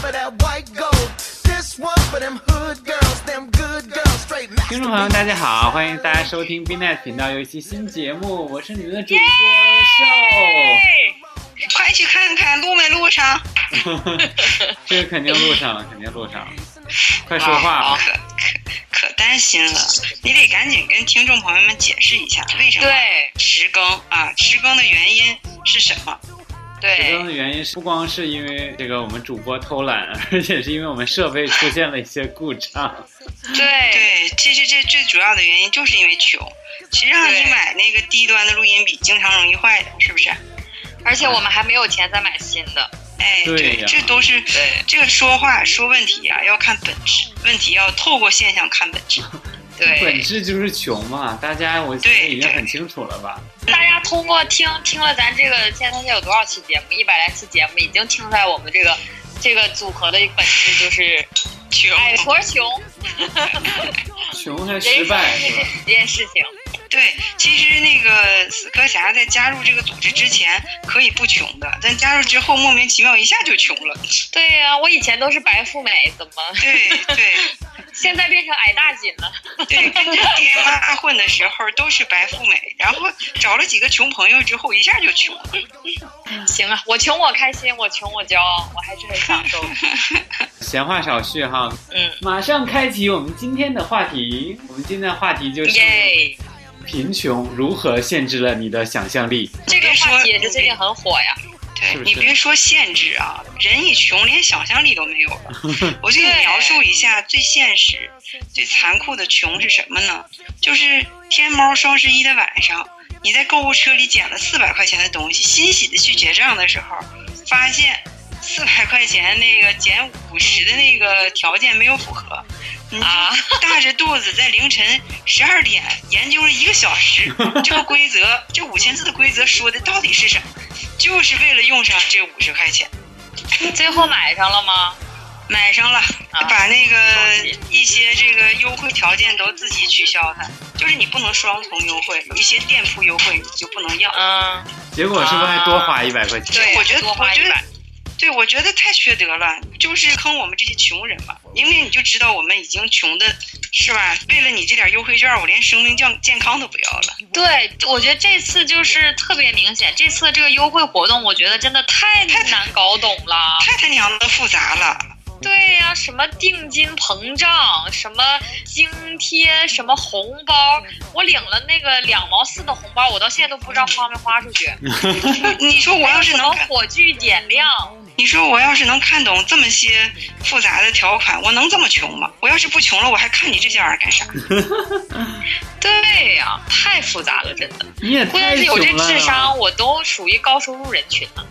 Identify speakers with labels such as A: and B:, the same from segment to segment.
A: for that white gold. This one for them hood girls, them good girls, straight
B: 听众朋友，大家好，欢迎大家收听 B Net 频道有一期新节目，我是你们的主播秀。
C: 快去看看录没录上，
B: 这个肯定录上了，肯定录上了，快说
D: 啊
B: 话啊吧。
C: 可可可担心了，你得赶紧跟听众朋友们解释一下为什么
D: 对
C: 迟更啊，迟更的原因是什么？
B: 其中
D: 对
B: 的原因是不光是因为这个我们主播偷懒， 而且是因为我们设备出现了一些故障。
D: 对
C: 对，其实这最主要的原因就是因为穷。谁让你
D: 对
C: 买那个低端的录音笔，经常容易坏的，是不是？
D: 而且我们还没有钱再买新的。
C: 哎，
B: 对
C: 对，
B: 呀
C: 这都是
D: 对
C: 这个说话说问题啊，要看本质，问题要透过现象看本质。
B: 本
D: 对，
B: 质就是穷嘛，大家我觉得
C: 对
B: 已经很清楚了吧？
D: 大家通过听听了咱这个现在才有多少期节目，一百来期节目，已经听出来我们这个这个组合的本质就是
C: 穷，
D: 矮
B: 哎
D: 矬穷，
B: 穷还失
D: 人生
B: 败
D: 是
B: 是吧？
D: 这件事情。
C: 对，其实那个死磕侠在加入这个组织之前可以不穷的，但加入之后莫名其妙一下就穷了。
D: 对呀、我以前都是白富美，怎么
C: 对对
D: 现在变成矮大紧了？
C: 对，跟着 爹妈混的时候都是白富美，然后找了几个穷朋友之后一下就穷了。
D: 行啊，我穷我开心，我穷我骄傲，我还是很享受。
B: 闲话少叙哈，
D: 嗯，
B: 马上开启我们今天的话题。我们今天的话题就是
D: 耶！
B: 贫穷如何限制了你的想象力？
D: 这个
C: 别说
D: 话题也是最近很火呀。
C: 对
B: 是不是
C: 你别说限制啊，人一穷，连想象力都没有 了。我就给你描述一下最现实、最残酷的穷是什么呢？就是天猫双十一的晚上，你在购物车里捡了四百块钱的东西，欣喜的去结账的时候，发现四百块钱那个减五十的那个条件没有符合。你就
D: 啊
C: 大着肚子在凌晨十二点研究了一个小时，这个规则，这五千字的规则说的到底是什么？就是为了用上这五十块钱，
D: 最后买上了吗？
C: 买上了，
D: 啊
C: 把那
D: 恭
C: 个
D: 喜
C: 一些这个优惠条件都自己取消它，就是你不能双重优惠，有一些店铺优惠你就不能要。
D: 嗯，
B: 结果是不是还多花一百块钱？
D: 对，
C: 我觉得
D: 多花
C: 我觉
D: 一
C: 得
D: 百。
C: 对，我觉得太缺德了，就是坑我们这些穷人嘛。明明你就知道我们已经穷的，是吧？为了你这点优惠券，我连生命健健康都不要了。
D: 对，我觉得这次就是特别明显，这次这个优惠活动，我觉得真的太难搞懂了。
C: 太他娘的复杂了。
D: 对呀、什么定金膨胀，什么津贴，什么红包，我领了那个两毛四的红包，我到现在都不知道花没花出去。
C: 你说我
D: 还
C: 要
D: 有
C: 是
D: 什
C: 能
D: 么
C: 看
D: 火炬点亮？
C: 你说我要是能看懂这么些复杂的条款，我能这么穷吗？我要是不穷了，我还看你这些玩意儿干啥？
D: 对呀、太复杂了，真的。
B: 你也
D: 关键
B: 太
D: 是
B: 穷
D: 有这
B: 了
D: 智
B: 啊。
D: 商，我都属于高收入人群了。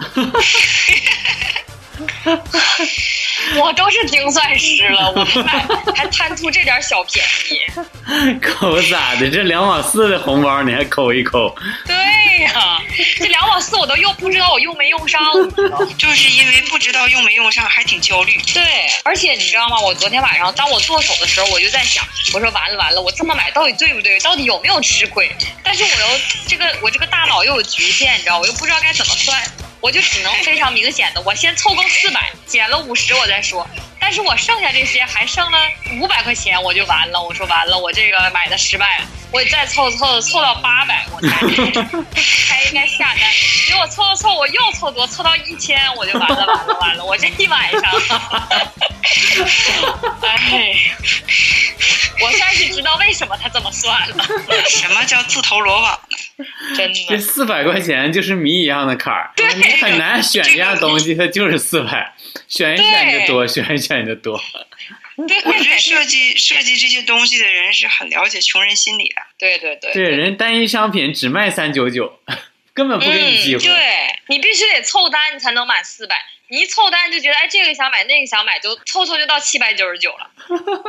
D: 我都是精算师了，我还还贪图这点小便宜。
B: 抠咋的？这两毛四的红包你还抠一抠？
D: 对呀、这两毛四我都用不知道我用没用上。
C: 就是因为不知道用没用上，还挺焦虑。
D: 对，而且你知道吗？我昨天晚上当我做手的时候，我就在想，我说完了完了，我这么买到底对不对？到底有没有吃亏？但是我又这个我这个大脑又有局限，你知道，我又不知道该怎么算，我就只能非常明显的，我先凑够四百，减了五十我再说。但是我剩下这些还剩了五百块钱，我就完了。我说完了，我这个买的失败了，我得再凑凑凑到八百，我才 才应该下单。结果凑凑凑，我又凑多，凑到一千，我就完了完了完了，我这一晚上， 哎，我算是知道为什么他这么算了，
C: 什么叫自投罗网？
D: 真
B: 这
D: 的。
B: 四百块钱就是谜一样的坎儿，你很难选一样东西，它就是四百，选一选你就多，选一选你就多。
D: 对
C: 我觉得设计设计这些东西的人是很了解穷人心理的。
D: 对对对，
B: 对，人单一商品只卖三九九，根本不给你机会。
D: 嗯，对你必须得凑单，你才能满四百。你一凑单就觉得，哎，这个想买，那个想买，就凑凑就到七百九十 九了。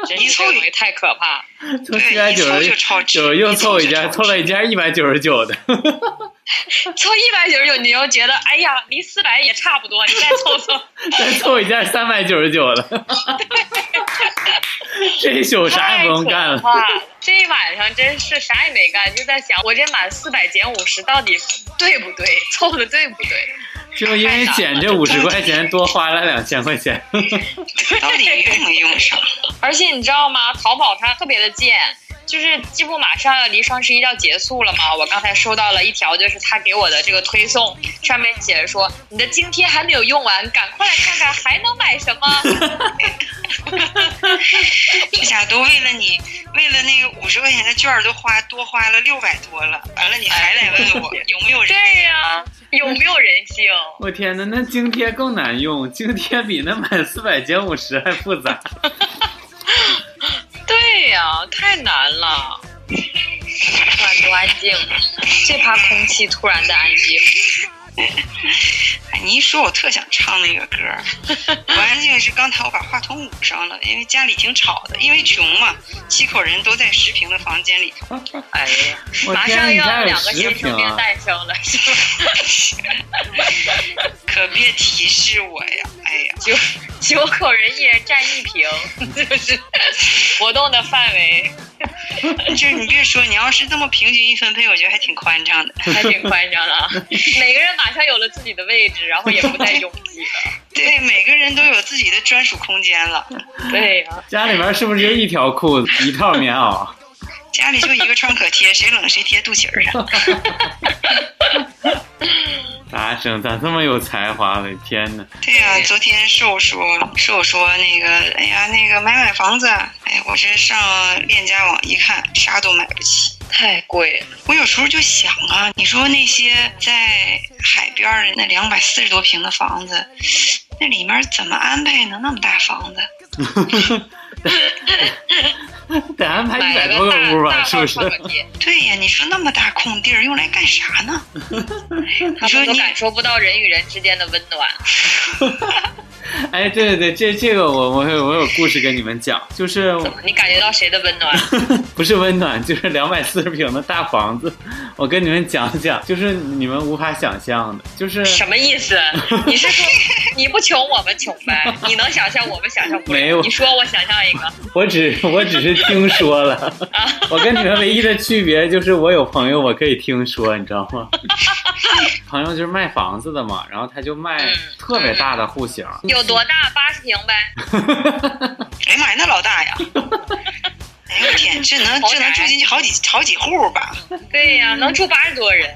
D: 真
C: 一
D: 是
C: 凑
D: 这个东西太可怕了。
B: 从七百九
C: 一
B: 十
C: 凑就超值
B: 九又
C: 一
B: 凑
C: 凑
B: 一
C: 就
B: 家，
C: 超值
B: 凑了一家一百九十九的，
D: 凑一百九十九，你就觉得，哎呀，离四百也差不多，你再凑凑。
B: 再凑一家三百九十九 的。这一宿 啥也不用干
D: 太可
B: 了，
D: 怕了。这一晚上真是啥也没干，就在想我这满四百减五十到底对不对，凑的对不对？
B: 就因为捡这五十块钱多花了两千块钱。
C: 到 底用没用上？
D: 而且你知道吗？淘宝它特别的贱，就是这不马上要离双十一要结束了吗？我刚才收到了一条，就是他给我的这个推送，上面写着说你的津贴还没有用完，赶快来看看还能买什么。
C: 这家都为了你，为了那个五十块钱的券儿都花多花了六百多了，完了你还来问我有没有人？
D: 对呀、有没有人性？
B: 我天哪，那津贴更难用，津贴比那满四百减五十还复杂。
D: 对呀、太难了。突然多安静，最怕空气突然的安静。
C: 哎你一说，我特想唱那个歌儿。我安静是刚才我把话筒捂上了，因为家里挺吵的，因为穷嘛，七口人都在十平的房间里头。
D: 哎呀，
B: 我
D: 马
B: 天哪，
D: 上
B: 你
D: 又要
B: 家有
D: 两个
B: 十
D: 先
B: 平
D: 生变
B: 啊！
D: 诞生了， 是吧？
C: 可别提示我呀！哎呀，
D: 九九口人一人占一平， 就是活动的范围
C: 就是你别说，你要是这么平均一分配，我觉得还挺宽敞的。
D: 还挺宽张的啊。每个人马上有了自己的位置，然后也不再拥挤了。
C: 对，每个人都有自己的专属空间了。
D: 对呀、
B: 家里面是不是就一条裤子、一套棉袄？
C: 家里就一个创可贴，谁冷谁贴肚脐儿上。
B: 大圣咋这么有才华？我的天哪！
C: 对哎呀、
D: 对
C: 昨天瘦说瘦说那个，哎呀，那个买买房子啊，哎，我这上链家网一看，啥都买不起。
D: 太贵了。
C: 我有时候就想啊，你说那些在海边儿的那两百四十多平的房子，那里面怎么安排能那么大房子？
B: 得安排一
D: 买
B: 百
D: 了
B: 多
D: 个
B: 个屋吧，
D: 大大
B: 是不
D: 号
B: 是
D: 创？可贴，
C: 对呀，你说那么大空地儿用来干啥 呢？
D: 他
C: 你说
D: 们都
C: 你
D: 感受不到人与人之间的温暖。
B: 哎，对对对，这这个我我有我有故事跟你们讲，就是
D: 怎么？你感觉到谁的温暖？
B: 不是温暖，就是 两百四十平的大房子，我跟你们讲讲，就是你们无法想象的，就是
D: 什么 意思？你是说你不穷我们穷呗？你能想象我们想象不
B: 没有
D: 了？你说我想象一个
B: 我只我只是听说 了，我跟你们唯一的区别就是我有朋友，我可以听说，你知道 吗？朋友就是卖房子的嘛，然后他就卖
D: 嗯
B: 特别大的户型，
D: 有多大？八十平呗。
C: 哎呀妈呀，那老大 呀！哎呦我天，这能这能住进去好几好几户吧？
B: 嗯
D: 对呀、能住八十多人，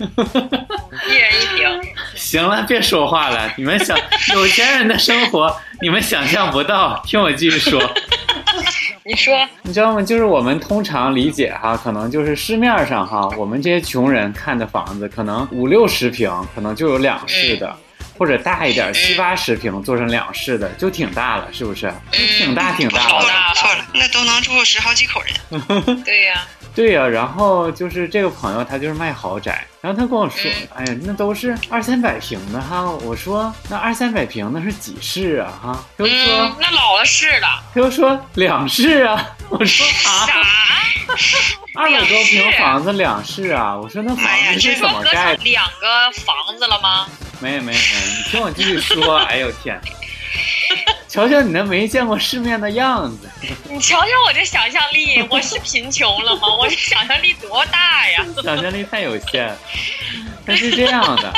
D: 一人一平。
B: 行了，别说话了，你们想有钱人的生活，你们想象不到。听我继续说，
D: 你说
B: 你知道吗？就是我们通常理解哈，可能就是市面上哈，我们这些穷人看的房子，可能五六十平，可能就有两室的。或者大一点，七八十平做成两室的就挺大了，是不是？
D: 嗯
B: 挺大挺
C: 不
B: 大
C: 错
B: 了。
C: 了，不错了，那都能住十好几口人。
B: 嗯
D: 对呀、
B: 对呀、然后就是这个朋友，他就是卖豪宅，然后他跟我说，哎呀，那都是二三百平的哈。我说那二三百平那是几室啊哈？他就说、
D: 嗯，那老了是了，
B: 他就说两室啊。我说啊，
D: 啥？
B: 二百多平
D: 两室
B: 房子两室啊。我说那
C: 妈呀
B: 房子
C: 这
B: 是
D: 你
B: 怎
D: 说
B: 么
D: 隔
B: 盖
D: 成
B: 的？
D: 两个房子了吗？
B: 没有没有没有，你听我继续说。哎呦天，瞧瞧你那没见过世面的样子。
D: 你瞧瞧我这想象力，我是贫穷了吗？我这想象力多大呀！
B: 想象力太有限了。它是这样的，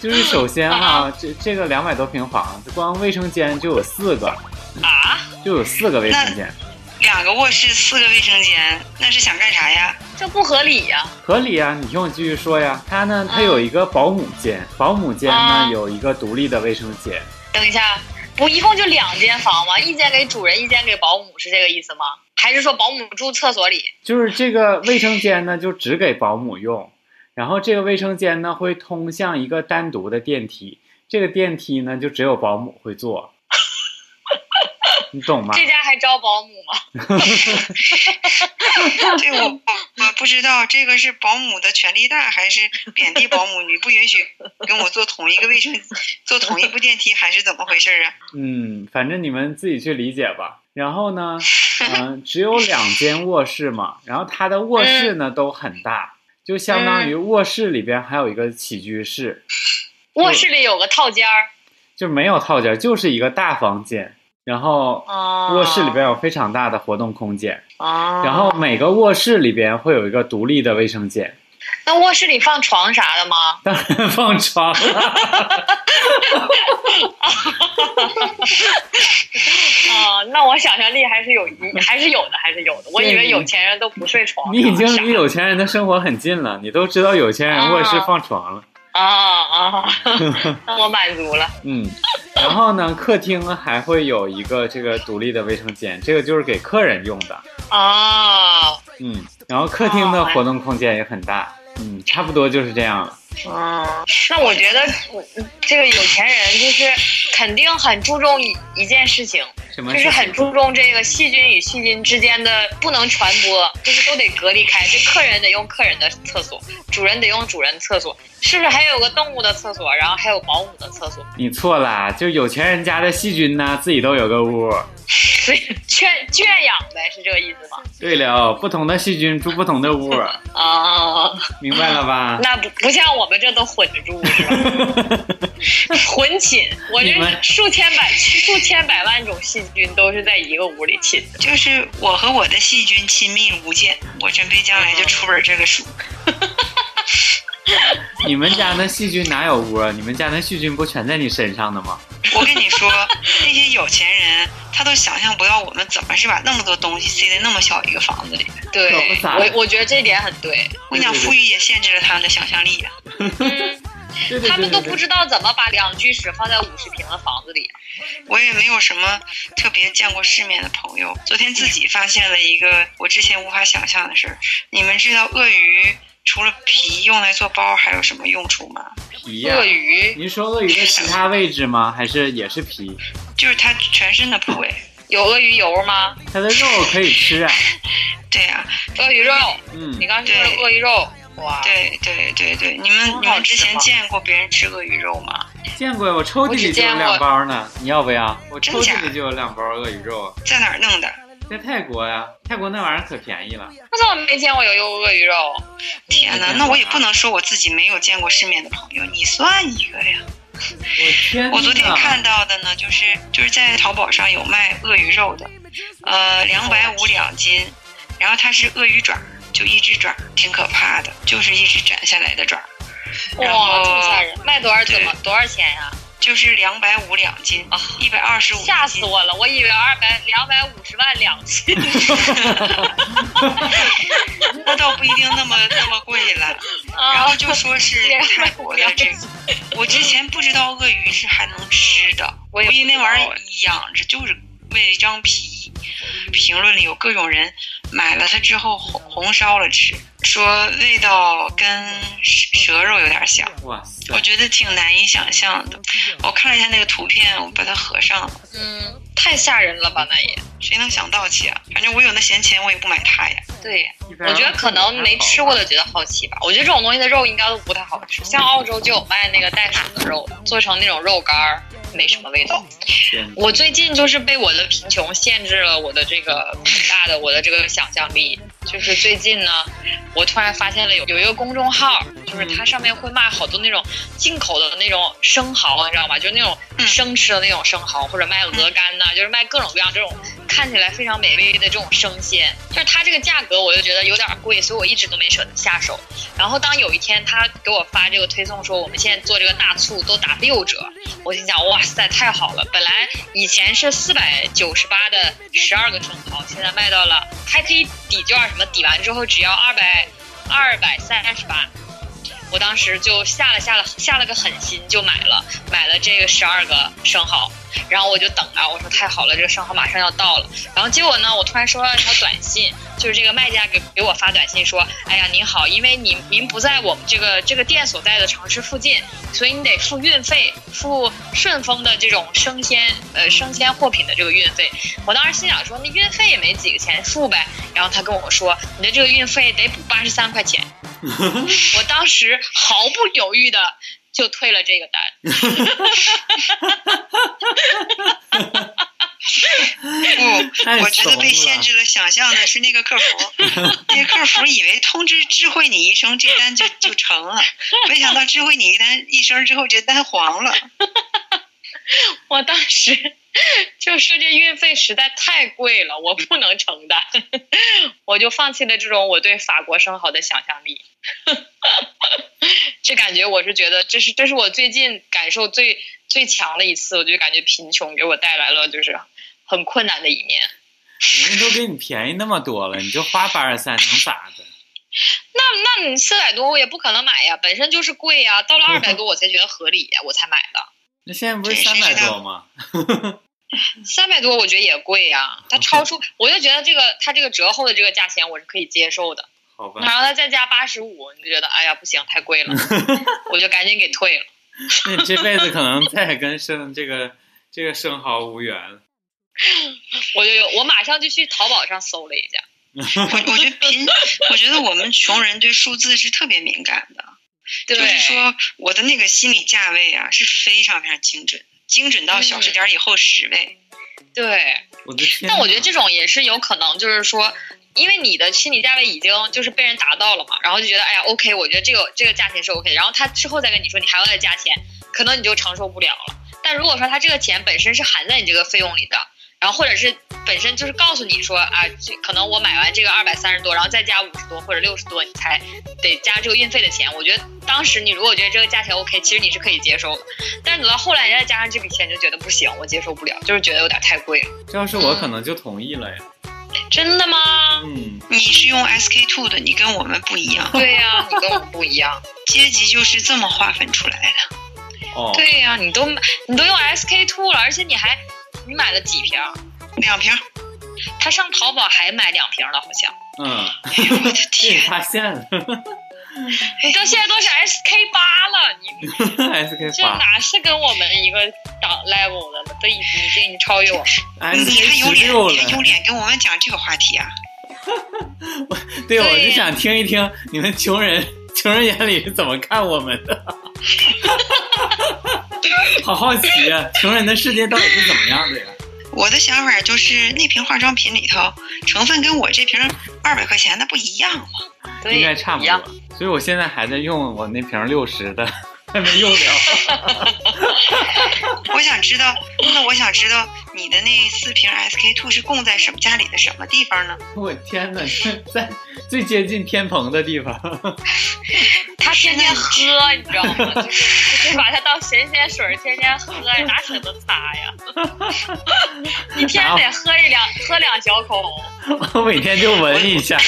B: 就是首先哈、这这个两百多平房，光卫生间就有四个，
D: 啊，
B: 就有四个卫生间，
C: 两个卧室，四个卫生间，那是想干啥呀？
D: 这不合理呀、
B: 合理啊？你听我继续说呀。它呢，它有一个保姆间，保姆间呢
D: 啊
B: 有一个独立的卫生间，
D: 等一下，不一共就两间房吗？一间给主人，一间给保姆，是这个意思吗？还是说保姆住厕所里？
B: 就是这个卫生间呢就只给保姆用，然后这个卫生间呢会通向一个单独的电梯，这个电梯呢就只有保姆会坐。你懂吗？
D: 这家还招保姆吗？
C: 这我我我不知道，这个是保姆的权力大，还是贬低保姆？你不允许跟我坐同一个卫生， 坐同一部电梯，还是怎么回事啊？
B: 嗯，反正你们自己去理解吧。然后呢，嗯、只有两间卧室嘛，然后它的卧室呢都很大，就相当于卧室里边还有一个起居室，
D: 卧室里有个套间儿
B: 就没有套间，就是一个大房间。然后
D: 啊
B: 卧室里边有非常大的活动空间，
D: 啊，
B: 然后每个卧室里边会有一个独立的卫生间，
D: 那卧室里放床啥的吗？
B: 当然放床了。
D: 啊，那我想象力还是有一，还是有的，还是有的。我以为有钱人都不睡床，
B: 你已经
D: 傻
B: 离有钱人的生活很近了，你都知道有钱人卧室放床了。
D: 啊啊， 那我满足了。
B: 嗯，然后呢，客厅还会有一个这个独立的卫生间，这个就是给客人用的。
D: 啊
B: 嗯，然后客厅的活动空间也很大。嗯，差不多就是这样了。
D: 啊，那我觉得这个有钱人就是肯定很注重一一件事情，
B: 什么
D: 就是很注重这个细菌与细菌之间的不能传播，就是都得隔离开。这客人得用客人的厕所，主人得用主人的厕所，是不是还有个动物的厕所，然后还有保姆的厕所？
B: 你错啦，就有钱人家的细菌呢，自己都有个屋。
D: 所以圈圈养呗，是这个意思吗？
B: 对了，不同的细菌住不同的屋，
D: 啊，
B: 明白了吧？
D: 那不不像我们这都混着住是吧？ 混寝，我
B: 你们
D: 这数千百、数千百万种细菌都是在一个屋里寝的。
C: 就是我和我的细菌亲密无间，我准备将来就出本这个书。
B: 你们家的细菌哪有屋啊？你们家的细菌不全在你身上的吗？
C: 我跟你说，那些有钱人他都想象不到我们怎么是把那么多东西塞在那么小一个房子里。
D: 对
B: 可不咋的
D: 我我觉得这点很对，
C: 我跟你讲，富裕也限制了他们的想象力呀、
B: 对对对
D: 他们都不
B: 对
D: 知道怎么把两居室放在五十平的房子里。
C: 我也没有什么特别见过世面的朋友。昨天自己发现了一个我之前无法想象的事儿。你们知道鳄鱼除了皮用来做包还有什么用处吗？
B: 皮呀、
D: 鳄鱼
B: 您说鳄鱼的其他位置吗？还是也是皮？
C: 就是它全身的部位。
D: 有鳄鱼油吗？
B: 它的肉可以吃啊。
C: 对呀、
D: 鳄鱼肉，
B: 嗯
D: 你，刚说的
C: 对
D: 鳄鱼肉，哇，
C: 对对对对，你们你
D: 好
C: 们之
D: 吃
C: 前
D: 吗
C: 见过别人吃鳄鱼肉吗？
B: 见过呀，我抽屉里就有两包呢。你要不要？我抽
C: 真
B: 屉
C: 假
B: 里就有两包鳄鱼肉，
C: 在哪儿弄的？
B: 在泰国呀、泰国那玩意儿可便宜了。
D: 我怎么没见过有鳄鱼肉？
C: 天
B: 没
C: 哪，
B: 见
C: 那
B: 过
C: 我也
B: 啊
C: 不能说我自己没有见过世面的朋友，你算一个呀。
B: 我天哪！
C: 我昨
D: 啊
C: 天看到的呢，就是就是在淘宝上有卖鳄鱼肉的，呃，两百五两斤，然后它是鳄鱼爪，就一只爪，挺可怕的，就是一只斩下来的爪，然
D: 哇，
C: 后
D: 这么吓人！卖多少怎么多少钱呀、
C: 就是两百五两斤
D: 啊，
C: 一百二十五。
D: 吓死！我了！我以为二百两百五十万两斤，
C: 那倒不一定那么那么贵了。
D: 哦
C: 然
D: 啊
C: 后就说 是泰国的这个，我之前不知道鳄鱼是还能吃的，
D: 我也
C: 以为
D: 不知
C: 那
D: 道哎
C: 玩意儿养着就是为了一张皮。评论里有各种人买了它之后红红烧了吃，说味道跟蛇蛇肉有点像，
B: 哇塞
C: 我，觉得挺难以想象的。我看了一下那个图片，我把它合上了，
D: 嗯，太吓人了吧，那也
C: 谁能想到去啊？反正我有那闲钱，我也不买它呀。
D: 对。我
B: 啊
D: 觉得可能没吃过的觉得好奇吧。我觉得这种东西的肉应该都不太好吃，像澳洲就有卖那个袋鼠的肉，做成那种肉干儿，没什么味道。
B: 天
D: 我最近就是被我的贫穷限制了我的这个很大的我的这个想象力。就是最近呢，我突然发现了有有一个公众号，就是它上面会卖好多那种进口的那种生蚝，你知道吗？就是那种
C: 嗯
D: 生吃的那种生蚝，或者卖鹅肝呐、就是卖各种各样这种看起来非常美味的这种生鲜。就是它这个价格，我就觉得有点贵，所以我一直都没舍得下手。然后当有一天他给我发这个推送说我们现在做这个大促都打六折，我心想哇塞太好了！本来以前是四百九十八的十二个生蚝，现在卖到了还可以抵券什么，抵完之后只要二百二百三十八。我当时就下了下了下了个狠心，就买了买了这个十二个生蚝，然后我就等啊，我说太好了，这个生蚝马上要到了。然后结果呢，我突然收到一条短信，就是这个卖家给给我发短信说，哎呀您好，因为您您不在我们这个这个店所在的城市附近，所以你得付运费，付顺丰的这种生鲜呃生鲜货品的这个运费。我当时心想说，那运费也没几个钱，付呗。然后他跟我说，你的这个运费得补八十三块钱。 我当时毫不犹豫的就退了这个单。
B: 太
C: 哦不，我觉
B: 怂
C: 得被
B: 了
C: 限制了想象的是那个 客服，那个客服以为通知知会你一声，这单就就成了，没想到知会你一单一声之后，这单黄了。
D: 我当时就是这运费实在太贵了，我不能承担， 我就放弃了这种我对法国生蚝的想象力。 这感觉我是觉得，这是这是我最近感受最最强的一次，我就感觉贫穷给我带来了就是很困难的一面。
B: 人家都给你便宜那么多了，你就花八二三能咋的？
D: 那那你四百多我也不可能买呀，本身就是贵呀，到了二百多我才觉得合理呀，我才买的。
B: 那现在不是
D: 这
B: 三
D: 谁
B: 百
D: 知道
B: 多吗？
D: 三百多我觉得也贵呀、它超出，我就觉得这个它这个折后的这个价钱我是可以接受的，
B: 好吧，
D: 然后它再加八十五，你就觉得哎呀不行太贵了，我就赶紧给退了。
B: 那你这辈子可能再也跟生这个这个生蚝无缘了。
D: 我就有我马上就去淘宝上搜了一下，
C: 我我觉得贫，我觉得我们穷人对数字是特别敏感的，
D: 对，
C: 就是说我的那个心理价位啊是非常非常精准，精准到小数点以后十位。
D: 对。
B: 我的天！
D: 但我觉得这种也是有可能，就是说，因为你的心理价位已经就是被人达到了嘛，然后就觉得哎呀 OK，我觉得这个这个价钱是 OK，的然后他之后再跟你说你还要再加钱，可能你就承受不了了。但如果说他这个钱本身是含在你这个费用里的，然后或者是本身就是告诉你说啊，这可能我买完这个二百三十多，然后再加五十多或者六十多，你才得加这个运费的钱。我觉得当时你如果觉得这个价钱 OK，其实你是可以接受的。但是等到后来人家加上这笔钱，你就觉得不行，我接受不了，就是觉得有点太贵了。
B: 这要是我，可能就同意了呀。
D: 真的吗？
B: 嗯，
C: 你是用 SK two 的，你跟我们不一样，
D: 对呀、你跟我不一样。
C: 阶级就是这么划分出来的。
B: 哦，
D: 对呀、你都你都用 SK two 了，而且你还你买了几瓶儿？
C: 两瓶儿，
D: 他上淘宝还买两瓶了，好像。
B: 嗯，
C: 哎呦我的
B: 被
C: 天！
B: 发现了 哎
D: 你到现在都是 SK 八了，你
B: ，SK
D: 这
B: 八
D: 哪是跟我们一个档 level 的了？都已经已经超越我们。
B: 嗯
C: 你还有
B: ，SK 十
C: 脸，
B: 六
C: 你还有
B: 了。
C: 脸跟我们讲这个话题啊？
B: 对，我就
D: 对
B: 想听一听你们穷人穷人眼里是怎么看我们的， 好好奇啊，穷人的世界到底是怎么样的呀？
C: 我的想法就是，那瓶化妆品里头成分跟我这瓶二百块钱的不一样吗？
D: 对，
B: 应该差不
D: 一样。
B: 多。所以我现在还在用我那瓶六十的， 还没用了。
C: 我想知道，那我想知道你的那四瓶 SK two 是供在什么家里的什么地方呢？
B: 我天哪，在最接近天棚的 地方，
D: 他天天喝，你知 道吗？就是就是把它当神仙水儿天天喝呀，拿水都擦 呀。一天得喝一两喝两小口。
B: 我每天就闻一 下，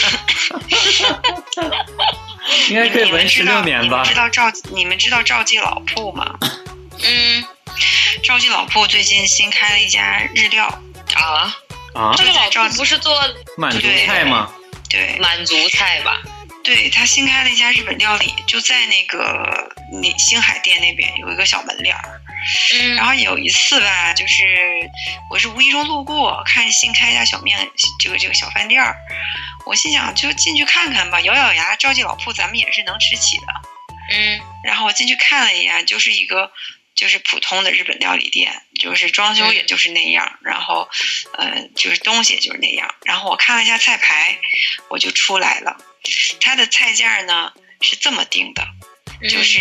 B: 应该可以
C: 你们
B: 闻
C: 知
B: 十
C: 道
B: 六年吧
C: 你们知？道赵你们知道赵记老铺吗？
D: 嗯
C: 赵记老铺最近新开了一家日料，
D: 啊，
B: 啊，
D: 这个老赵不是做
B: 满族菜吗？
C: 对
D: 满族菜吧？
C: 对，他新开了一家日本料理，就在那个那星海店那边有一个小门脸儿。
D: 嗯
C: 然后有一次吧，就是我是无意中路过，看新开一家小面这个这个小饭店儿，我心想就进去看看吧，咬咬牙，赵记老铺咱们也是能吃起的。
D: 嗯
C: 然后我进去看了一眼，就是一个就是普通的日本料理店，就是装修
D: 嗯
C: 也就是那样，然后呃就是东西也就是那样。然后我看了一下菜牌，我就出来了。它的菜价呢是这么定的，
D: 嗯
C: 就是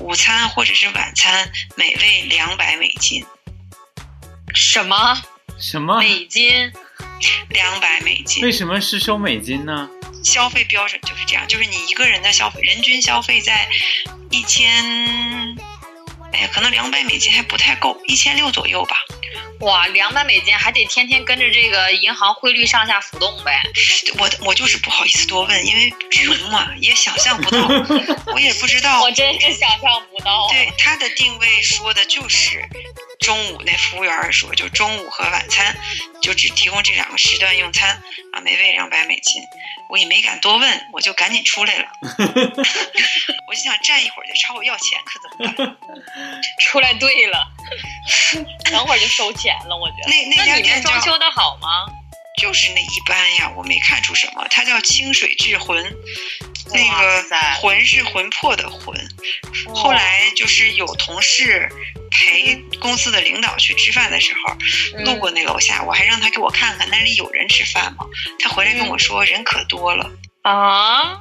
C: 午餐或者是晚餐每位两百美金，
D: 什
C: 啊
D: 么
B: 什么？
D: 美金？
C: 两百美金
B: 为，什么是收美金呢？
C: 消费标准就是这样，就是你一个人的消费，人均消费在一千。哎呀，可能两百美金还不太够，一千六左右吧。
D: 哇，两百美金还得天天跟着这个银行汇率上下浮动呗。
C: 我我就是不好意思多问，因为穷嘛，也想象不到，我也不知道
D: 我。真是想象不到。
C: 哦对它的定位说的就是中午，那服务员儿说就中午和晚餐，就只提供这两个时段用餐啊，每位两百美金。我也没敢多问，我就赶紧出来了。我就想站一会儿，再朝我要钱，可怎么办？
D: 出来对 了，等会儿就收钱了，我觉得。
C: 那那
D: 那
C: 家
D: 里面
C: 店叫
D: 装修的好吗？
C: 就是那一般呀，我没看出什么。它叫清水治魂，那
D: 哇
C: 个
D: 塞
C: 魂是魂魄的魂。后来就是有同事陪公司的领导去吃饭的时候，
D: 嗯
C: 路过那楼下，我还让他给我看看那里有人吃饭吗？他回来
D: 嗯
C: 跟我说人可多了。
D: 啊，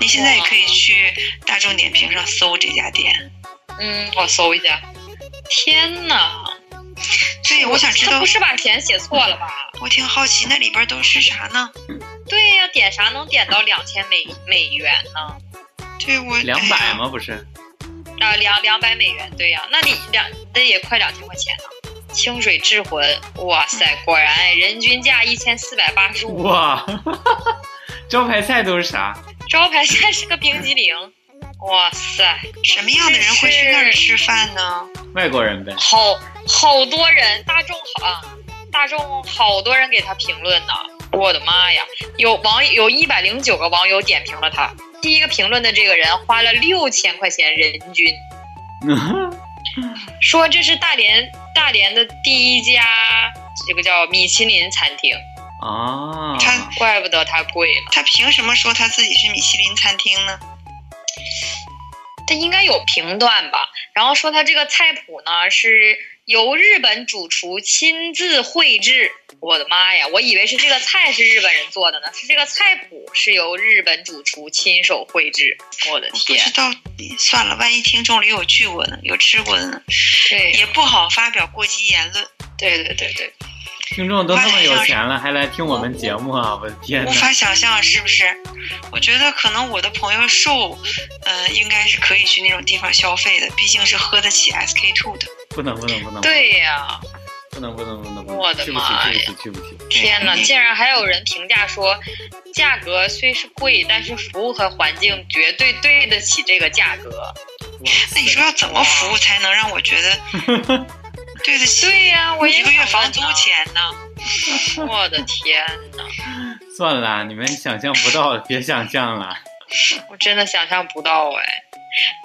C: 您现在也可以去大众点评上搜这家店，
D: 嗯，我搜一下。天呐，
C: 对，我想知
D: 他
C: 道
D: 不，是把钱写错了吧？
C: 我挺好奇那里边都是啥呢？
D: 对呀、点啥能点到两千美美元呢？
C: 对我
B: 两
C: 哎
B: 百
C: 呀
B: 吗？不是，
D: 啊，两两百美元，对呀、那你两那也快两千块钱呢。清水智魂，哇塞，果然哎人均价一千四百八十五，
B: 哇， 招牌菜都是啥？
D: 招牌菜是个冰激凌，哇塞，
C: 什么样的人会去那儿吃饭呢？
B: 外国人呗。
D: 好好多人，大众好啊，大众好多人给他评论呢。我的妈呀，有网有一百零九个网友点评了他。第一个评论的这个人花了六千块钱人均，说这是大连大连的第一家这个叫米其林餐厅，
B: 啊，
C: 他
D: 怪不得它贵了。
C: 他凭什么说他自己是米其林餐厅呢？
D: 它应该有评断吧？然后说它这个菜谱呢是由日本主厨亲自绘制。我的妈呀！我以为是这个菜是日本人做的呢，是这个菜谱是由日本主厨亲手绘制。我的
C: 我不 知
D: 天，
C: 道，算了，万一听众里有去过的呢，有吃过的呢，
D: 对
C: 也不好发表过激言论，
D: 对对对对，
B: 听众都那么有钱了，还来听我们节目啊！我的天
C: 无
D: 嗯
B: 哪，
C: 法想象是不是？我觉得可能我的朋友瘦，呃，应该是可以去那种地方消费的，毕竟是喝得起 SK two 的。
B: 不能不能不能，
D: 对呀、
B: 不能不能不能不能，
D: 我的
B: 去不
D: 妈呀
B: 起，去不起，去不起。
D: 天哪！竟然还有人评价说，价格虽是贵，但是服务和环境绝对对得起这个价格。
B: 哇
C: 那你说要怎么服务才能让我 觉得对得起
D: 对呀、我
C: 一
D: 也
C: 个月
D: 想
C: 房
D: 问
C: 租
D: 呢
C: 钱呢？
D: 我的天呐，
B: 算了，你们想象不到， 别想象了。
D: 我真的想象不到哎。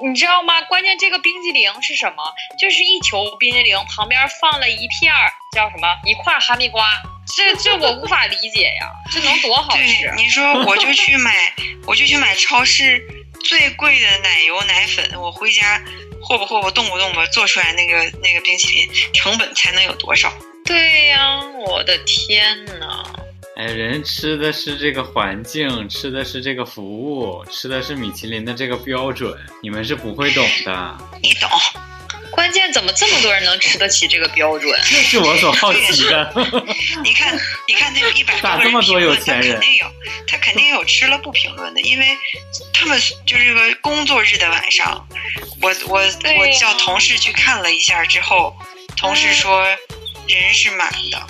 D: 你知道吗？关键这个冰激凌是什么？就是一球冰激凌旁边放了一片儿叫什么一块儿哈密瓜，这这我无法理解呀，这能多好啊吃
C: 对，？你说我就去买，我就去买超市最贵的奶油奶粉，我回家霍吧霍吧动不动吧做出来那个那个冰淇淋，成本才能有多少？
D: 对呀、我的天呐，
B: 哎，人吃的是这个环境，吃的是这个服务，吃的是米其林的这个标准，你们是不会懂的。
C: 你懂？
D: 关键怎么这么多人能吃得起这个标准？
B: 这是我所好奇的。
C: 你看，你看，他有一百
B: 咋
C: 多个
B: 这么多
C: 人评
B: 有
C: 论，
B: 钱
C: 他
B: 人
C: 肯定有，他肯定有吃了不评论的，因为他们就是个工作日的晚上，我我
D: 对呀
C: 我叫同事去看了一下之后，同事说人是满的，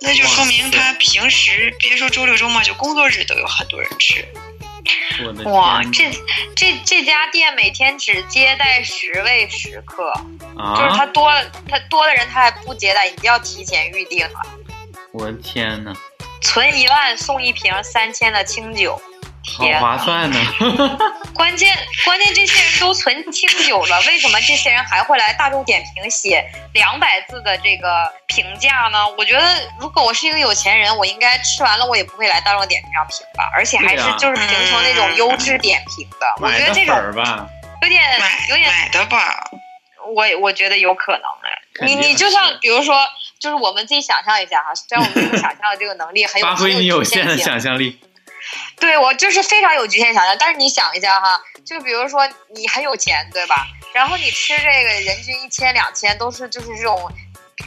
C: 那就说明他平时别说周六周末，就工作日都有很多人吃。
B: 我的
D: 哇，这
B: 天
D: 这这家店每天只接待十位食客，
B: 哪
D: 就是他
B: 啊！
D: 多了他多的人他还不接待，你就要提前预定啊了。
B: 我的天呐，
D: 存一万送一瓶三千的清酒，
B: 好
D: 天
B: 划
D: 呐！
B: 算呢！
D: 关键关键这些人都存清酒了，为什么这些人还会来大众点评写两百字的这个评价呢？我觉得如果我是一个有钱人，我应该吃完了我也不会来大众点评上评吧，而且还是
B: 对啊
C: 嗯
D: 就是评成那种优质点评的。我
B: 买
D: 觉
B: 个
D: 得
B: 粉
D: 这种
B: 儿吧，
D: 有点
C: 买
D: 有点
C: 买的吧，
D: 我我觉得有可能哎，
B: 肯
D: 你
B: 定
D: 你就是像比如说，就是我们自己想象一下哈，虽然我们想象的这个能力很有
B: 发挥你有限的
D: 性，
B: 想象力。
D: 对我就是非常有局限想象。但是你想一下哈，就比如说你很有钱对吧？然后你吃这个人均一千两千都是就是这种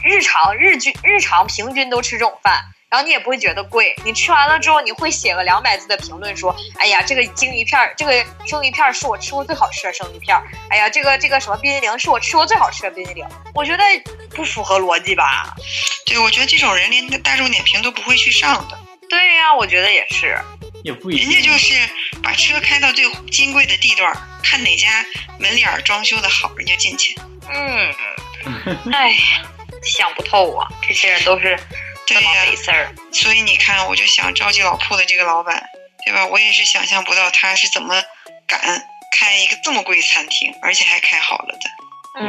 D: 日常日均日常平均都吃这种饭。然后你也不会觉得贵，你吃完了之后你会写个两百字的评论说，哎呀，这个鲸鱼片儿，这个生鱼片儿是我吃过最好吃的生鱼片儿，哎呀，这个这个什么冰激凌是我吃过最好吃的冰激凌，我觉得不符合逻辑吧？
C: 对我觉得这种人连大众点评都不会去上的。
D: 对呀、我觉得也是。
B: 也不一定，
C: 人家就是把车开到最金贵的地段儿，看哪家门脸儿装修的好，人就进去。
D: 嗯，哎呀，想不透啊，这些人都是
C: 对
D: 这么
C: 呀、
D: 回事儿。
C: 所以你看，我就想赵记老铺的这个老板，对吧？我也是想象不到他是怎么敢开一个这么贵餐厅，而且还开好了的。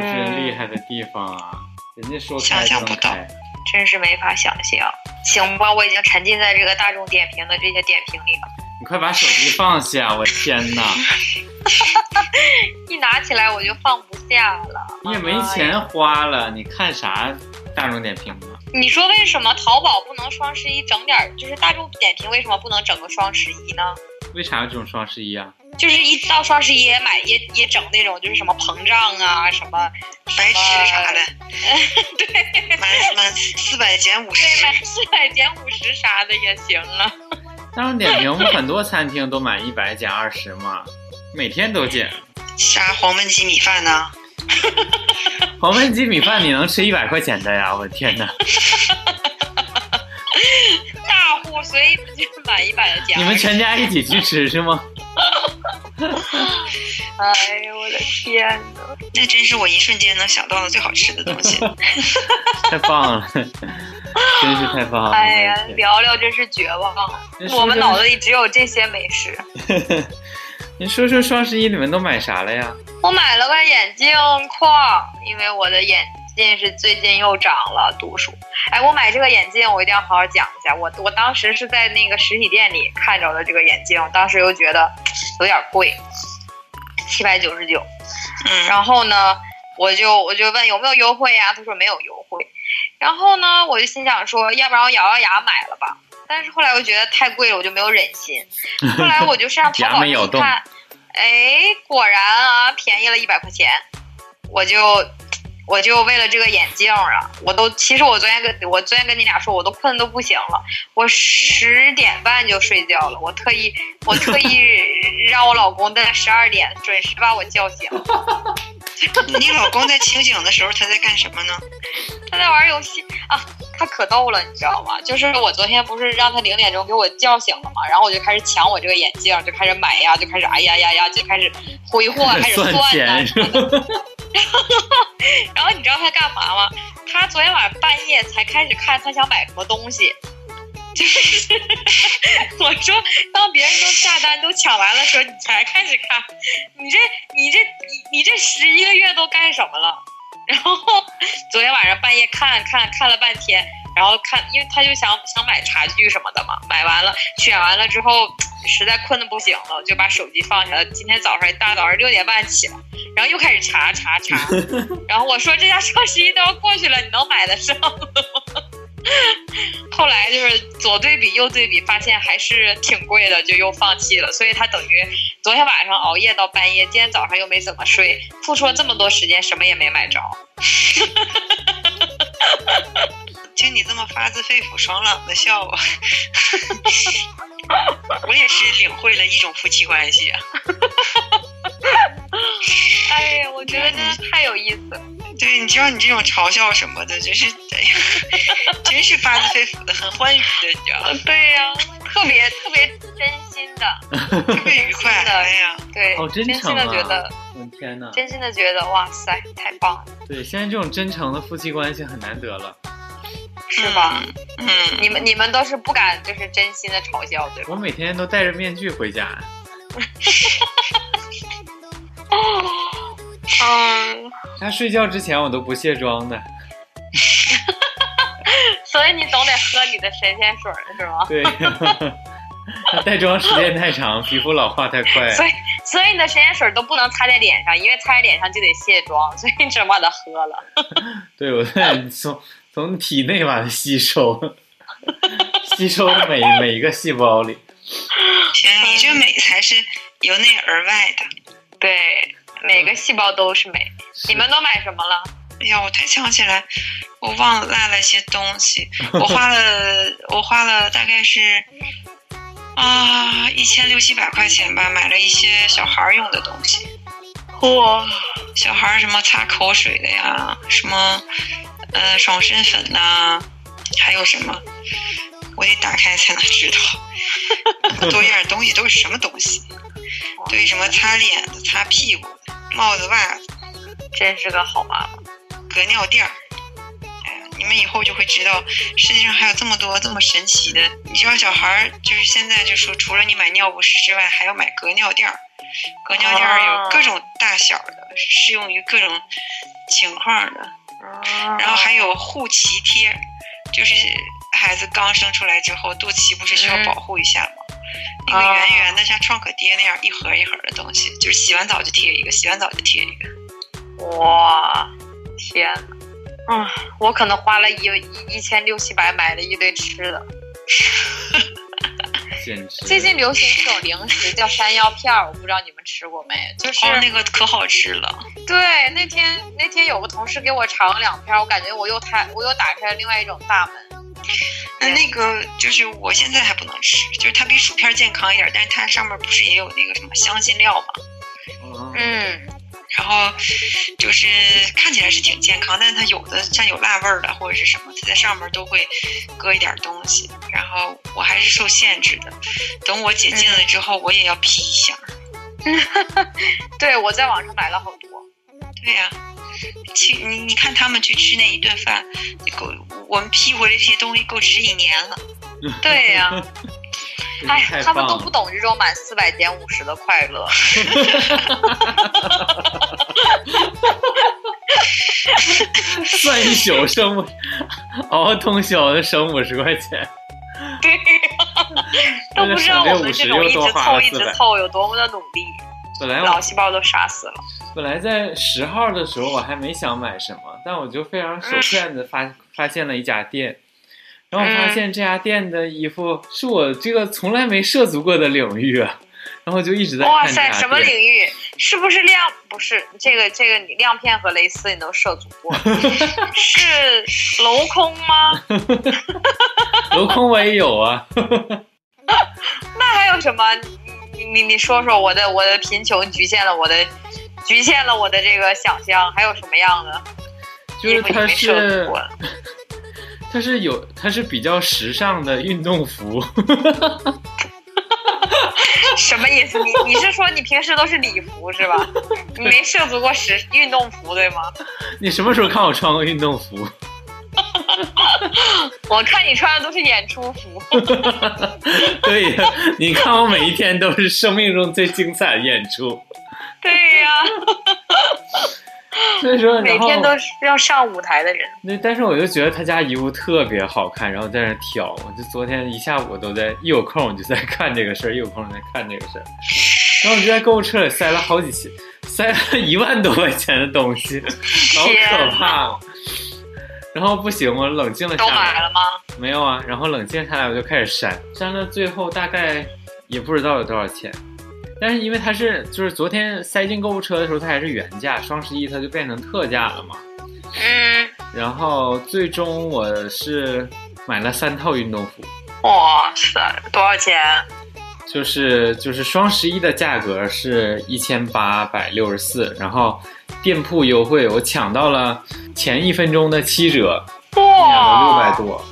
B: 这是厉
D: 嗯，
B: 害的地方啊！人家说
C: 想
B: 开
C: 象
B: 就能
C: 不到
B: 开，
D: 真是没法想象。行吧，我已经沉浸在这个大众点评的这些点评里了，
B: 你快把手机放下！我天哪，
D: 一拿起来我就放不下了。
B: 你也没钱花了，你看啥大众点评啊？
D: 你说为什么淘宝不能双十一整点儿？就是大众点评为什么不能整个双十一呢？
B: 为啥有这种双十一啊？
E: 就是一到双十一也买也也整那种就是什么膨胀啊什 么，
C: 白吃啥的，对，满满四百减五十，
D: 对，买四百减五十啥的也行啊。
B: 大众点评很多餐厅都满一百减二十嘛，每天都 减。
C: 啥黄焖鸡米饭呐、
B: 黄焖鸡米饭你能吃一百块钱的呀？我的天 哪！
D: 大户随意买一百的奖
B: 你。们全家一起去吃是 吗？
D: 哎呦我的天呐！
C: 那真是我一瞬间能想到的最好吃的东西。
B: 太棒了，真是太棒了！
D: 哎呀，
B: 我的天
D: 聊聊真是绝望，
B: 那说
D: 我们
B: 说
D: 脑子里只有这些美食。
B: 你说说双十一你们都买啥了呀？
D: 我买了块眼镜框，因为我的眼近视最近又长了度数。哎，我买这个眼镜，我一定要好好讲一下。我我当时是在那个实体店里看着的这个眼镜，当时又觉得有点贵，七百九十九。
C: 嗯，
D: 然后呢，我就我就问有没有优惠呀、他说没有优惠。然后呢，我就心想说，要不然我咬咬牙买了吧。但是后来我觉得太贵了，我就没有忍 心。后来我就上淘
B: 牙
D: 宝
B: 没咬
D: 一
B: 动
D: 看，哎，果然啊，便宜了一百块钱。我就我就为了这个眼镜儿啊，我都其实我昨天跟我昨天跟你俩说，我都困得都不行了，我十点半就睡觉了，我特意我特意 让我老公在十二点准时把我叫醒。
C: 你老公在清醒的时候他在干什么呢？
D: 他在玩游戏啊，他可逗了，你知道吗？就是我昨天不是让他零点钟给我叫醒了嘛，然后我就开始抢我这个眼镜，就开始买呀，就开始哎呀呀呀，就开始挥 霍，开始
B: 算
D: 算呐
B: 钱是 吧？
D: 然后你知道他干嘛吗？他昨天晚上半夜才开始看他想买什么东西，就是 我说当别人都下单都抢完了时候，你才开始看，你这你这你你这十一个月都干什么了？然后昨天晚上半夜看看看了半天，然后看，因为他就想想买茶具什么的嘛，买完了选完了之后，实在困得不行了，就把手机放下了。今天早上一大早上六点半起来，然后又开始查查查，然后我说这家双十一都要过去了，你能买得上了吗？ 后来就是左对比右对比，发现还是挺贵的，就又放弃了。所以他等于昨天晚上熬夜到半夜，今天早上又没怎么睡，付出了这么多时间，什么也没买着。
C: 听你这么发自肺腑、爽朗的笑，我 我也是领会了一种夫妻关系啊。
D: 哎呀，我觉得真的太有意思了。
C: 对，你知道你这种嘲笑什么的，就是， 哎呀，真是发自肺腑的，很欢愉的，你知 道吗？
D: 嗯对呀、特别特别真心的，
C: 特别愉快。
D: 真的
C: 哎呀，
D: 对，
B: 好真
D: 真
B: 诚
D: 心
B: 啊！
D: 的觉得，
B: 我的天哪！
D: 真心的觉得，哇塞，太棒了，
B: 对，现在这种真诚的夫妻关系很难得了。
D: 是吧？
C: 嗯，
D: 你们你们都是不敢就是真心的嘲笑，对吧？
B: 我每天都戴着面具回家，
D: 嗯，
B: 他睡觉之前我都不卸妆的。
D: 所以你总得喝你的神仙水儿是吗？
B: 对， 带妆时间太长，皮肤老化太快。啊
D: 所以所以你的神仙水儿都不能擦在脸上，因为擦在脸上就得卸妆，所以你只能把它喝了。
B: 对，我在从从体内把它吸收， 吸收 每每一个细胞里。
C: 行，嗯你这美才是由内而外的。
D: 对，每个细胞都是美。
C: 嗯
D: 你们都买什么了？
C: 哎呀，我才想起来，我忘了落了一些东西。我花了，我花了大概是啊一千六七百块钱吧，买了一些小孩儿用的东西。
D: 哇，
C: 小孩儿什么擦口水的呀，什么呃爽身粉呐、还有什么，我得打开才能知道，多样东西都是什么东西。对，什么擦脸的、擦屁股的、帽子、袜子、
D: 真是个好妈妈。
C: 隔尿垫儿。哎呀，你们以后就会知道，世界上还有这么多这么神奇的。你知道，小孩儿就是现在就说，除了你买尿不湿之外，还要买隔尿垫儿。隔尿垫儿有各种大小的，适用于各种情况的。 然
D: 然
C: 后还有护脐贴，就是孩子刚生出来之后，肚脐不是需要
D: 嗯
C: 保护一下吗？一个
D: 啊
C: 圆圆的像创可贴那样一盒一盒的东西，就是洗完澡就贴一个，洗完澡就贴一个。
D: 哇，天呐，
C: 啊
D: 嗯，我可能花了一一一千六七百买了一堆吃的。
B: 简直！
D: 最近流行一种零食叫山药片儿，我不知道你们吃过没？就是、
C: 哦，那个可好吃了，
D: 对那天那天有个同事给我尝了两片儿，我感觉我又开我又打开了另外一种大门。
C: 那那个就是我现在还不能吃，就是它比薯片健康一点，但是它上面不是也有那个什么香辛料嘛，
B: 嗯
D: 嗯，
C: 然后就是看起来是挺健康，但是它有的像有辣味儿的或者是什么，它在上面都会搁一点东西。然后我还是受限制的，等我解禁了之后，我也要批一下。
D: 对我在网上买了好多。
C: 对呀、去你你看他们去吃那一顿饭，够我们批回来这些东西够吃一年了。
D: 对 呀、
B: 真
D: 哎
B: 是太
D: 他们
B: 棒
D: 都
B: 了
D: 不懂这种满四百减五十的快乐。
B: 算一宿省五，熬通宵省 五十块钱，
D: 对 都不知道我们这种一直凑一直凑有多么的努力，
B: 本哎来我
D: 老细胞都杀死了。
B: 本来在十号的时候，我还没想买什么，但我就非常
D: 嗯
B: 手欠的发发现了一家店，然后我发
D: 嗯
B: 现这家店的衣服是我这个从来没涉足过的领域啊，然后就一直在
D: 哇
B: 看这
D: 塞，什么
B: 家店。
D: 领域？是不是亮？不是这个这个，你亮片和蕾丝你都涉足 过，是镂空吗？
B: 镂空我也有 啊，
D: 那还有什么？你你你你说说我的我的贫穷局限了我的局限了我的这个想象，还有什么样的
B: 就
D: 衣
B: 是
D: 服你
B: 它
D: 没涉
B: 是
D: 足过 的？
B: 它是有它是比较时尚的运动服，
D: 什么意思？你你是说你平时都是礼服是吧？你没涉足过时运动服对吗？
B: 你什么时候看我穿过运动服？
D: 我看你穿的都是演出服，
B: 对呀，你看我每一天都是生命中最精彩的演出，
D: 对呀、
B: 所以说
D: 每
B: 然后
D: 天都是要上舞台的人。
B: 那但是我就觉得他家衣服特别好看，然后在那挑，我就昨天一下午都在，一有空我就在看这个事儿，一有空我就在看这个事儿，然后我就在购物车里塞了好几千，塞了一万多块钱的东西，老可怕了。然后不行，我冷静了
D: 都
B: 下
D: 买
B: 来，
D: 了吗？
B: 没有啊，然后冷静下来我就开始删，删了最后大概也不知道有多少钱。但是因为它是就是昨天塞进购物车的时候，它还是原价，双十一它就变成特价了嘛。
D: 嗯，
B: 然后最终我是买了三套运动服，
D: 哇塞，多少钱？啊
B: 就是就是双十一的价格是一千八百六十四，然后店铺优惠我抢到了前一分钟的七折，免了六百
D: 哇，
B: 多，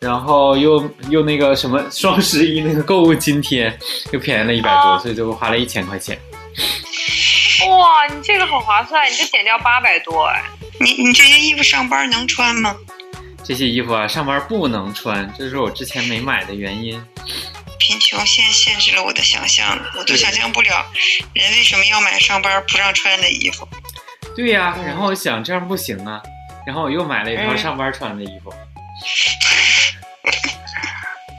B: 然后又又那个什么双十一那个购物津贴又便宜了一百多，
D: 啊
B: 所以就花了一千块钱。
D: 哇，你这个好划算，你就减掉八百多哎。
C: 你你这些衣服上班能穿吗？
B: 这些衣服啊，上班不能穿，这是我之前没买的原因。
C: 贫穷限限制了我的想象了，我都想象不了人为什么要买上班不让穿的衣服。
B: 对呀、然后我想这样不行啊，然后我又买了一套
D: 嗯
B: 上班穿的衣服。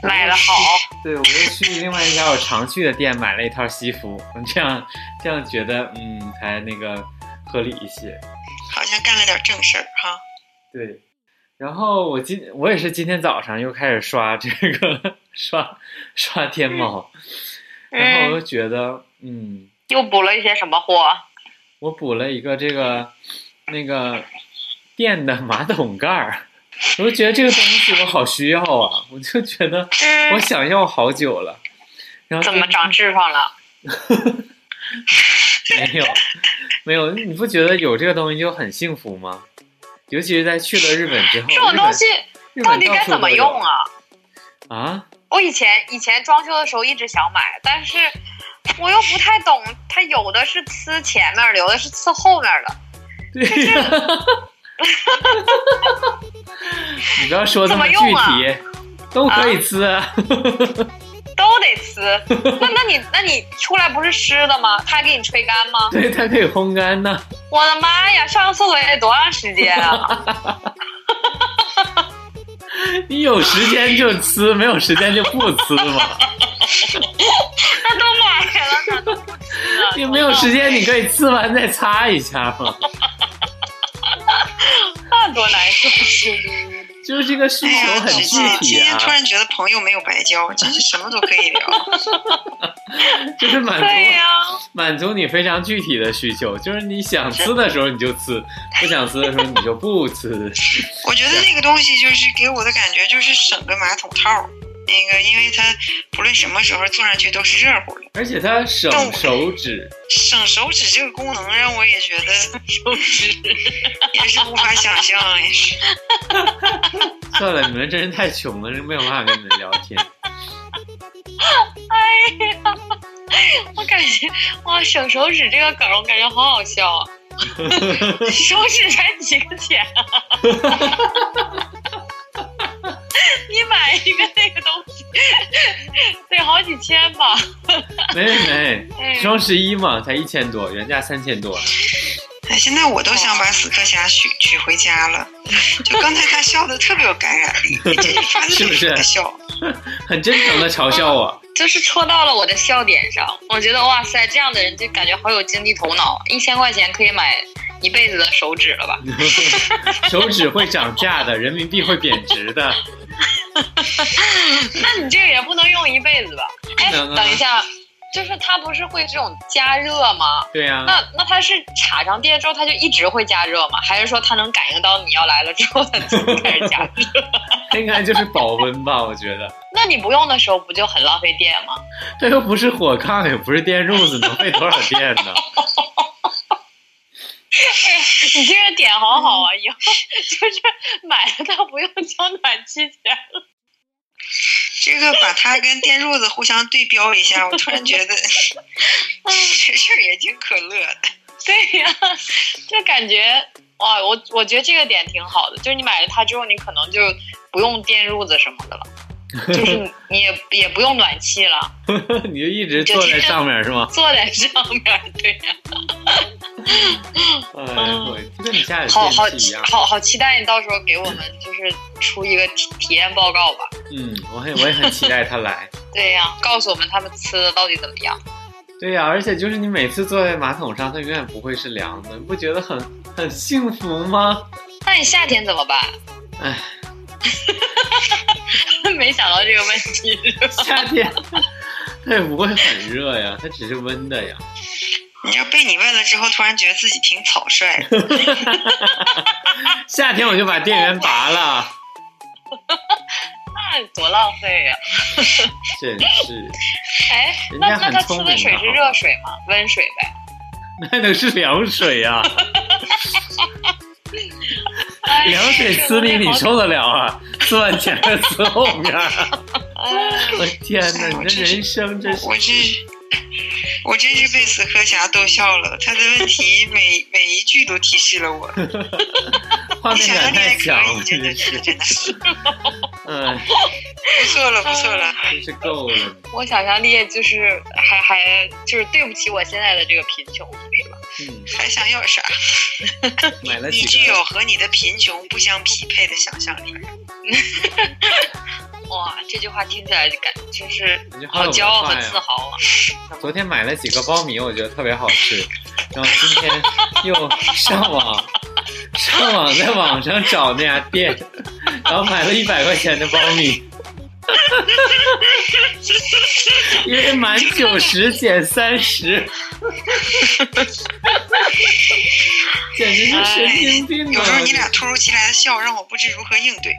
D: 买的 好，
B: 对，我又去另外一家我常去的店买了一套西服， 这样这样觉得嗯才那个合理一些。
C: 好像干了点正事儿 哈。
B: 对，然后我今我也是今天早上又开始刷 这个刷刷天猫，然后我
D: 嗯，
B: 又觉得嗯，
D: 又补了一些什么货？
B: 我补了一个这个那个电的马桶盖儿，我就觉得这个东西我好需要啊，我就觉得我
D: 嗯，
B: 想要好久了。然后
D: 怎么长痔
B: 哦
D: 疮了？
B: 没有，没有，你不觉得有这个东西就很幸福吗？尤其是在去了日本之后，
D: 这种东西
B: 日本
D: 到底该怎么用？
B: 日本到处
D: 啊？
B: 都有啊，
D: 我以前以前装修的时候一直想买，但是我又不太懂，它有的是呲前面的，有的是呲后面的，
B: 对呀。 你不要说那
D: 怎么
B: 具
D: 用啊
B: 体，都可以呲啊。
D: 都得呲。那那你那你出来不是湿的吗？它还给你吹干吗？
B: 对，它可以烘干呢。
D: 我的妈呀，上个厕所也得多长时间啊？
B: 你有时间就呲，没有时间就不呲嘛。
D: 那都买了，那都不呲 了。
B: 你没有时间，你可以呲完再擦一下嘛。
D: 那多难受，
B: 就是这个需
C: 哎
B: 求
C: 呀，
B: 很
C: 最
B: 具
C: 近今
B: 体
C: 天
B: 啊
D: 哎
C: 突，然觉得朋友没有白交，真是什么都可以 聊。
B: 就是满足
D: 对呀、
B: 满足你非常具体的需求，就是你想吃的时候你就吃，不想吃的时候你就不 吃。
C: 我觉得那个东西就是给我的感觉就是省个马桶套儿，那个因为它不论什么时候坐上去都是热乎的，
B: 而且它省
C: 动
B: 手指，
C: 省手指这个功能让我也觉得手指也是无法想象，也是。
B: 算了，你们真是太穷了，真没有办法跟你们聊天。
D: 我感觉哇，省手指这个梗，我感觉好好笑 啊！手指才几个钱、啊？ 你买一个那个东西得好几千吧？
B: 没没
D: 嗯
B: 没，双十一嘛，才一千多，原价三千多。
C: 哎，现在我都想把死磕侠娶娶回家了。 就刚才他笑的特别有感染力，你这一发自内心的笑。
B: 很真诚的嘲笑 我。
D: 就是戳到了我的笑点上，我觉得哇塞，这样的人就感觉好有经济头脑，一千块钱可以买一辈子的手指了吧？
B: 手指会涨价的，人民币会贬值的。
D: 那你这个也不能用一辈子吧？哎，
B: 能啊
D: 等一下，就是它不是会这种加热吗？
B: 对呀、
D: 那那它是插上电之后，它就一直会加热吗？还是说它能感应到你要来了之后，它就开始加热？
B: 应该就是保温吧，我觉得。
D: 那你不用的时候不就很浪费电吗？
B: 这又不是火炕，也不是电褥子，能费多少电呢？
D: 你这个点好好啊，以后就是买了它不用交暖气钱。
C: 这个把它跟电褥子互相对标一下，我突然觉得 这事儿也挺可乐的。
D: 对呀、就感觉哇，我我觉得这个点挺好的，就是你买了它之后，你可能就不用电褥子什么的了，就是你你也也不用暖气了，
B: 你就一直坐在上面是吗？
D: 坐在上面，对呀、
B: 哎呦，就跟你家里
D: 嗯好好
B: 电器一
D: 期
B: 样。
D: 好好期待你到时候给我们就是出一个体体验报告吧。
B: 嗯，我很我也很期待他来。
D: 对呀、告诉我们他们吃的到底怎么样。
B: 对呀、而且就是你每次坐在马桶上，它永远不会是凉的，你不觉得很很幸福吗？
D: 那你夏天怎么办？
B: 唉，
D: 没想到这个问题是吧？
B: 夏 天它也不会很热呀，它只是温的呀。
C: 你知道被你问了之后，突然觉得自己挺草率的。
B: 夏天我就把电源拔了，
D: 那多浪费呀、
B: 真是。
D: 哎，
B: 人
D: 那
B: 家
D: 那
B: 很
D: 他吃
B: 聪明
D: 的水
B: 的
D: 是
B: 好
D: 热水吗？温水呗。
B: 那能是凉水 呀、
D: 哎
B: 凉水呲你，你受得了啊？呲完前 面，呲后面儿，啊我天哪！你这人生真是……
C: 我这我真是被死磕侠逗笑了，他的问题每每一句都提示了我，
B: 画
C: 你
B: 面
C: 想象
B: 感
C: 力还
B: 太强
C: 可
B: 了
C: 以，，真的
B: 真
C: 真的
B: 是，
C: 真的，
B: 哎，
C: 不错了不错了。
B: 真是够了。
D: 我想象力就是还还就是对不起我现在的这个贫穷，对吧？
B: 嗯，
C: 还想要啥？
B: 买了
C: 你
B: 几
C: 具有
B: 个？
C: 和你的贫穷不相匹配的想象力。
D: 哇，这句话听起来就感就是
B: 感觉好
D: 好
B: 有
D: 骄傲
B: 文化
D: 和自
B: 呀！
D: 豪啊！
B: 昨天买了几个苞米，我觉得特别好吃，然后今天又上网。上网在网上找那家店，然后买了一百块钱的苞米，因为满九十减三十， 简直是神经病啊！
C: 哎有时候你俩突如其来的笑让我不知如何应对。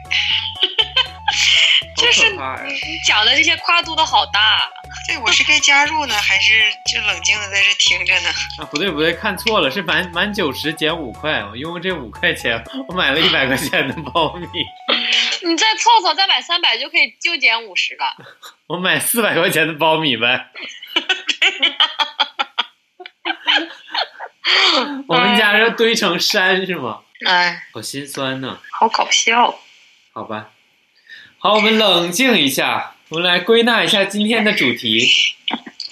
B: 好可怕呀！
D: 你讲的这些跨度都好大，啊
C: 对，我是该加入呢，还是就冷静的在这听着呢？
B: 啊，不对不对，看错了，是满满九十减五块，我用这五块钱，我买了一百块钱的苞米，
D: 你再凑凑再买三百就可以就减五十了。
B: 我买四百块钱的苞米呗。我们家要堆成山是吗？
D: 哎，
B: 好心酸呐、
D: 好搞笑！
B: 好吧，好，我们冷静一下，我们来归纳一下今天的主题，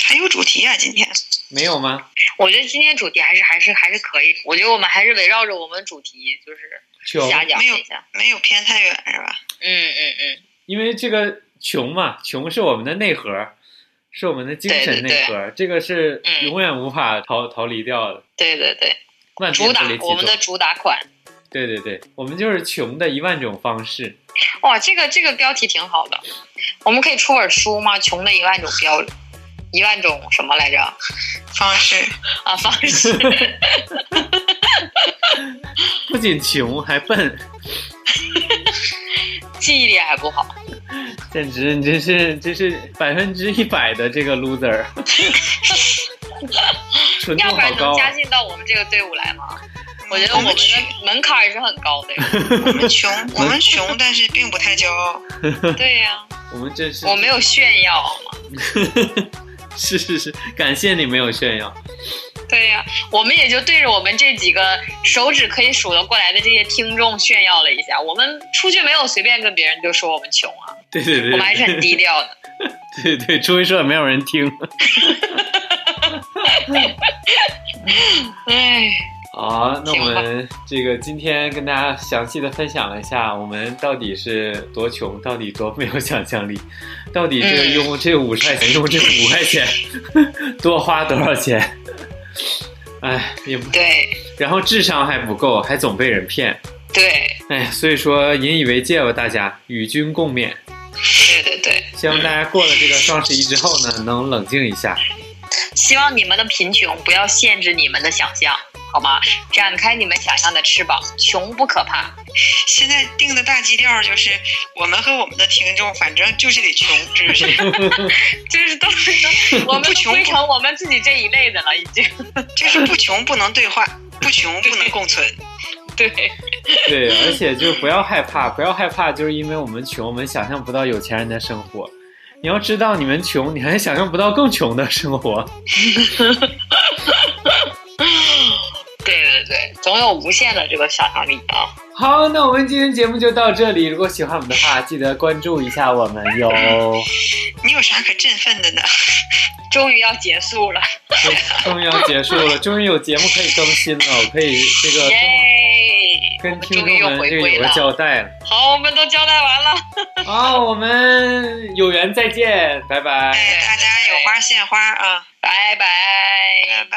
C: 还有主题啊，今天
B: 没有吗？
D: 我觉得今天主题还是还是还是可以，我觉得我们还是围绕着我们主题就是
B: 穷，
D: 瞎讲
C: 没有
D: 一下。
C: 没有偏太远是吧？
D: 嗯嗯嗯，
B: 因为这个穷嘛，穷是我们的内核，是我们的精神内核，这个是
D: 嗯
B: 永远无法逃逃离掉的，
D: 对对对，
B: 万变
D: 主打
B: 不离其
D: 我们的
B: 宗。
D: 主打款。
B: 对对对，我们就是穷的一万种方式。
D: 哇，这个这个标题挺好的，我们可以出本书吗？穷的一万种标，一万种什么来着？
C: 方式。
D: 啊，方式。
B: 不仅穷还笨，
D: 记忆力还不好，
B: 简直你这是这是百分之一百的这个 loser，纯度
D: 要不
B: 好
D: 然能
B: 高啊。
D: 加进到我们这个队伍来吗？我觉得我们的
C: 穷
D: 门槛也是很高的呀。
C: 我们穷，我们穷，但是并不太骄傲。
D: 对呀、
B: 我们这是
D: 我没有炫耀嘛。
B: 是是是，感谢你没有炫耀。
D: 对呀、我们也就对着我们这几个手指可以数得过来的这些听众炫耀了一下。我们出去没有随便跟别人就说我们穷啊，
B: 对对对，
D: 我们还是很低调的。
B: 对对，出一说也没有人听。
D: 哎，
B: 好，那我
D: 行吧
B: 们这个今天跟大家详细的分享了一下，我们到底是多穷，到底多没有想象力，到底这个
D: 嗯
B: 用这五十块 钱，用这五块钱多花多少钱？ 哎，也不，
D: 对
B: 然后智商还不够，还总被人骗，
D: 对
B: 哎，所以说引以为戒吧，大家与君共勉。
D: 对对对，
B: 希望大家过了这个双十一之后呢，能冷静一下。
D: 希望你们的贫穷不要限制你们的想象，好吗？展开你们想象的翅膀，穷不可怕。
C: 现在定的大基调就是，我们和我们的听众，反正就是得穷，是不是？
D: 就是都是都，我们都归成我们自己这一类的了，已经。
C: 就是不穷不能对话，不穷不能共存。
D: 对
B: 对，而且就不要害怕，不要害怕，就是因为我们穷，我们想象不到有钱人的生活。你要知道，你们穷，你还想象不到更穷的生活。
D: 对对对，总有无限的这个想象力啊！
B: 好，那我们今天节目就到这里。如果喜欢我们的话，记得关注一下我们哟。
C: 你有啥可振奋的呢？
D: 终于要结束了，
B: 终于要结束了，终于有节目可以更新了，我可以这个
D: 耶！
B: 跟跟听
D: 终于又
B: 众们
D: 回
B: 这个
D: 归
B: 有个
D: 了。
B: 交代了。
D: 好，我们都交代完了。
B: 好，我们有缘再见，拜拜。
C: 哎，大家有花献花啊！
D: 拜拜。
C: 拜拜。